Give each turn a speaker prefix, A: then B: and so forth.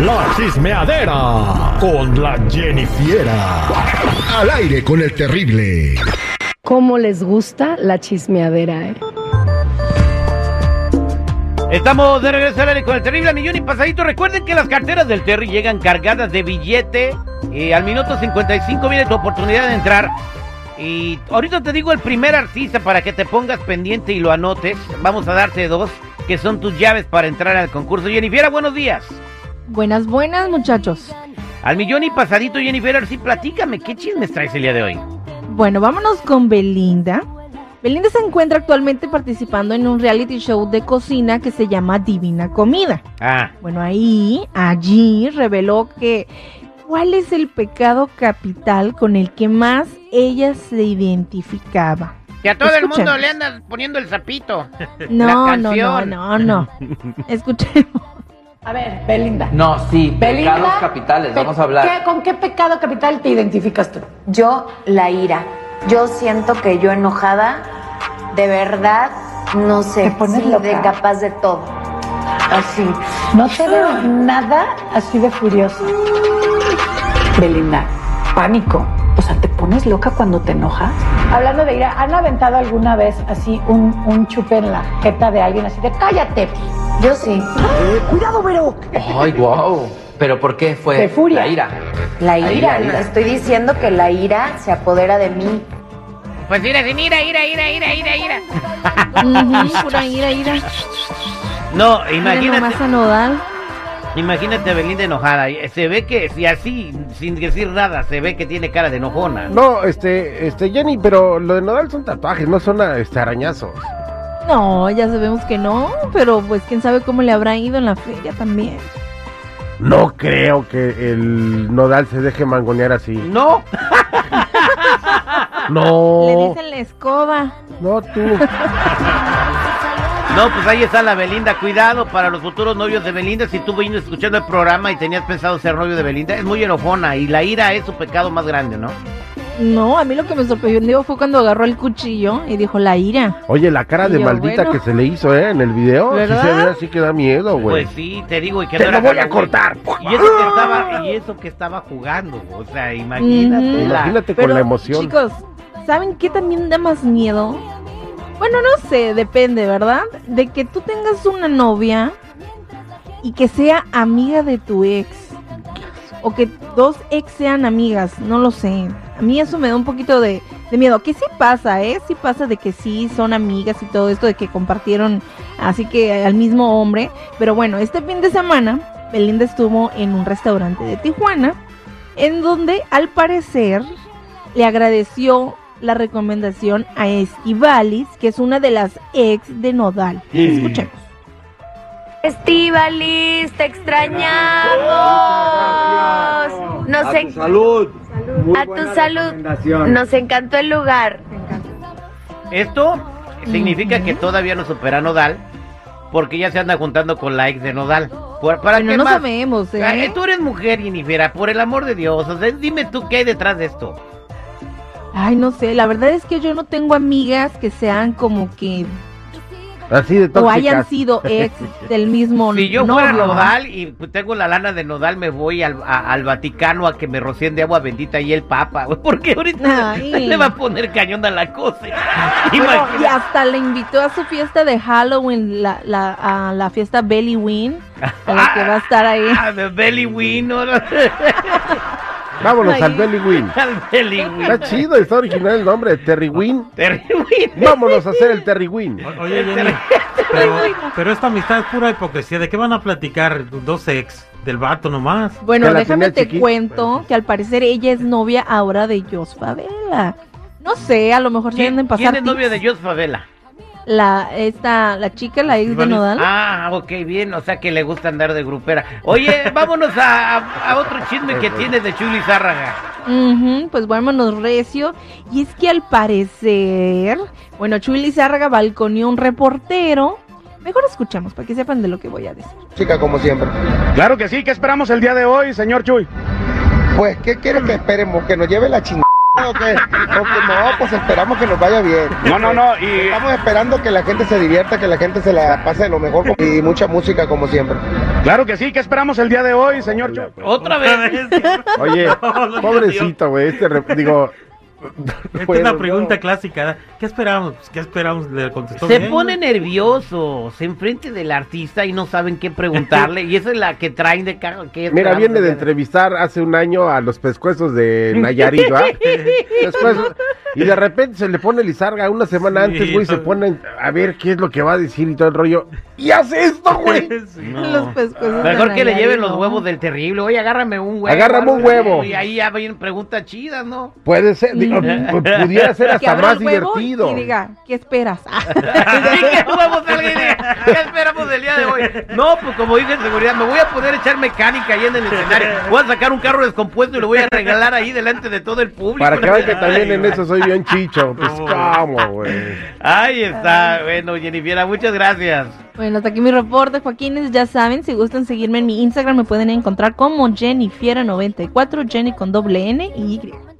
A: La chismeadera con la Jennifiera. Al aire con el terrible.
B: ¿Cómo les gusta la chismeadera, eh?
C: Estamos de regreso al aire con el terrible al millón y pasadito. Recuerden que las carteras del Terry llegan cargadas de billete. Eh, al minuto 55 viene tu oportunidad de entrar. Y ahorita te digo el primer artista para que te pongas pendiente y lo anotes. Vamos a darte dos, que son tus llaves para entrar al concurso. Jennifer, buenos días.
D: Buenas, buenas, muchachos.
C: Al millón y pasadito, Jennifer, ahora sí platícame, ¿qué chismes traes el día de hoy?
D: Bueno, vámonos con Belinda. Belinda se encuentra actualmente participando en un reality show de cocina que se llama Divina Comida.
C: Ah,
D: Bueno, ahí, allí reveló que cuál es el pecado capital con el que más ella se identificaba.
E: Que a todo el
D: Escucha.
E: mundo le andas poniendo el zapito.
D: No, no, no,
E: canción.
D: no, no. Escuchemos.
F: A ver, Belinda.
G: No, sí,
F: Belinda,
G: pecados capitales,
F: pe-
G: vamos a hablar.
F: ¿qué- ¿Con qué pecado capital te identificas tú?
H: Yo, la ira. Yo siento que yo enojada, de verdad, no
F: Te
H: sé,
F: pones
H: sí, de
F: loca.
H: capaz de todo. Así.
F: No te veo nada así de furiosa. Belinda, pánico. O sea, ¿te pones loca cuando te enojas? Hablando de ira, ¿han aventado alguna vez así un, un chupe en la jeta de alguien así de cállate?
H: Yo sí,
F: Cuidado, Vero.
G: Ay, wow. ¿Pero por qué fue?
F: De furia.
G: La ira.
H: la
G: La
H: ira.
G: ira, ira.
H: Estoy diciendo que la ira se apodera de mí.
E: Pues mira, sí, mira, ira, ira, ira, ira, ira.
D: Ujú, pura ira, ira.
C: no,
D: Mira nomás
C: imagínate,
D: a Nodal.
C: imagínate a Belinda enojada. Eh, Se ve que, si así, sin decir nada, se ve que tiene cara de enojona.
I: No, este, este, Jenny, pero lo de Nodal son tatuajes, no son ah, este, arañazos.
D: No, ya sabemos que no, pero pues quién sabe cómo le habrá ido en la feria también.
I: No creo que el Nodal se deje mangonear así.
C: No,
D: Le
I: No,
D: dicen la escoba.
I: no tú.
C: no, pues ahí está la Belinda. Cuidado para los futuros novios de Belinda. Si tú vienes escuchando el programa y tenías pensado ser novio de Belinda, es muy enojona y la ira es su pecado más grande, ¿no?
D: No, a mí lo que me sorprendió fue cuando agarró el cuchillo y dijo la ira.
I: Oye, la cara de
D: Yo,
I: maldita
D: bueno.
I: que se le hizo, ¿eh? En el video. Sí se ve
D: ¿Verdad?
I: así que da miedo, güey.
C: Pues sí, te digo, y que
I: Te
C: no
I: lo
C: era
I: voy a
C: Halloween.
I: cortar.
C: Y eso que estaba, y eso que estaba jugando, o sea, imagínate.
D: Ujú.
C: la-
I: Imagínate con
D: Pero,
I: la emoción.
D: Chicos, ¿saben qué también da más miedo? Bueno, no sé, depende, ¿verdad? De que tú tengas una novia y que sea amiga de tu ex. O que dos ex sean amigas, no lo sé. A mí eso me da un poquito de, de miedo. Que sí pasa, ¿eh? Sí pasa de que sí son amigas y todo esto, de que compartieron así que al mismo hombre. Pero bueno, este fin de semana, Belinda estuvo en un restaurante de Tijuana, en donde al parecer le agradeció la recomendación a Esquivalis, que es una de las ex de Nodal. Escuchen.
H: Estivalis, te extrañamos. Nos en-
J: salud.
H: a tu salud. Nos encantó el lugar.
C: Esto significa que todavía no supera a Nodal, porque ya se anda juntando con la ex de Nodal. Por- ¿Para
D: Bueno,
C: qué
D: no
C: más? Ah,
D: sabemos, ¿eh?
C: Ay, tú eres mujer, Jennifer, por el amor de Dios. o sea, dime tú qué hay detrás de esto.
D: Ay, no sé, la verdad es que yo no tengo amigas que sean como que
I: Así de
D: o
I: tóxicas.
D: hayan sido ex del mismo
C: Si yo fuera
D: novio.
C: Nodal y tengo la lana de Nodal, me voy al, a- al Vaticano a que me rocien de agua bendita y el Papa, güey, porque ahorita
D: Ay.
C: le va a poner cañón a la cosa.
D: Bueno, y
C: Imagínate.
D: hasta le invitó a su fiesta de Halloween, la, la, a la fiesta Belly Win, a la que va a estar ahí.
C: Ah, de Belly Win, ¿no?
I: Vámonos
D: Ahí.
I: al Belly Win.
C: Al Belly Win.
I: Está chido, está original el nombre, Terry Win.
C: Terry Win.
I: Vámonos a hacer el Terry Win.
J: Oye, Jenny, pero, pero esta amistad es pura hipocresía. ¿De qué van a platicar dos ex del vato nomás?
D: Bueno,
I: Que la
D: déjame
I: tenía
D: te
I: chiquita.
D: cuento que al parecer ella es novia ahora de Jos Favela. No sé, a lo mejor se
C: ¿Quién,
D: anden
C: quién
D: pasar
C: es novio de
D: tips.
C: Jos Favela?
D: la esta la chica, la ex de
J: Estivali.
D: Nodal.
C: Ah, ok, bien, o sea que le gusta andar de grupera. Oye, vámonos a, a- a otro chisme que tienes de Chuli Zárraga.
D: Ujú, pues vámonos recio. Y es que al parecer, bueno, Chuy Lizárraga balconeó un reportero. Mejor escuchamos para que sepan de lo que voy a decir.
K: Chica, como siempre.
I: Claro que sí, ¿qué esperamos el día de hoy, señor Chuy?
K: Pues, ¿qué quieres que esperemos? Que nos lleve la chingada. o que, o que no, pues esperamos que nos vaya bien.
L: No, no, no, y-
K: Estamos esperando que la gente se divierta, que la gente se la pase lo mejor y mucha música como siempre.
L: Claro que sí, ¿qué esperamos el día de hoy, señor Cho?
C: Otra vez.
I: Oye, pobrecito, güey. Este, re- digo,
J: Esta es
I: Bueno,
J: una pregunta clásica. ¿Qué esperamos? Pues, ¿Qué esperamos? Le contestó
C: Se
J: bien.
C: pone nervioso, se enfrente del artista y no saben qué preguntarle. y esa es la que traen de cara. que
I: mira,
C: esperamos
I: viene de
C: que-
I: entrevistar hace un año a los pescuezos de Nayarit, ¿va? Después, y de repente se le pone Lizarga una semana
J: Sí,
I: antes, güey, se
J: no.
I: ponen a ver qué es lo que va a decir y todo el rollo. ¡Y hace esto, güey!
D: Los pescuezos de
C: Mejor que le
D: Nayarit,
C: lleven los
D: no.
C: huevos del terrible. Oye, agárrame un huevo.
I: Agárrame un
C: algo así,
I: huevo.
C: Y ahí ya vienen preguntas chidas, ¿no?
I: Puede ser, digo, pu- pudiera ser
D: Que
I: hasta
D: abra
I: más
D: el huevo
I: divertido.
D: Y diga, ¿qué esperas?
C: ¿Qué huevos salga y diga, "¿Qué esperamos del día de hoy? No, pues como dije en seguridad, me voy a poder echar mecánica ahí en el escenario. Voy a sacar un carro descompuesto y lo voy a regalar ahí delante de todo el público.
I: Para que vean que también en
C: Ay,
I: eso soy bien chicho. Pues, ¿cómo, güey?
C: Ahí está, bueno, Jennifiera, muchas gracias.
D: Bueno, hasta aquí mi reporte, Joaquines. Ya saben, si gustan seguirme en mi Instagram, me pueden encontrar como Jennifiera94, Jenny con doble N y Y.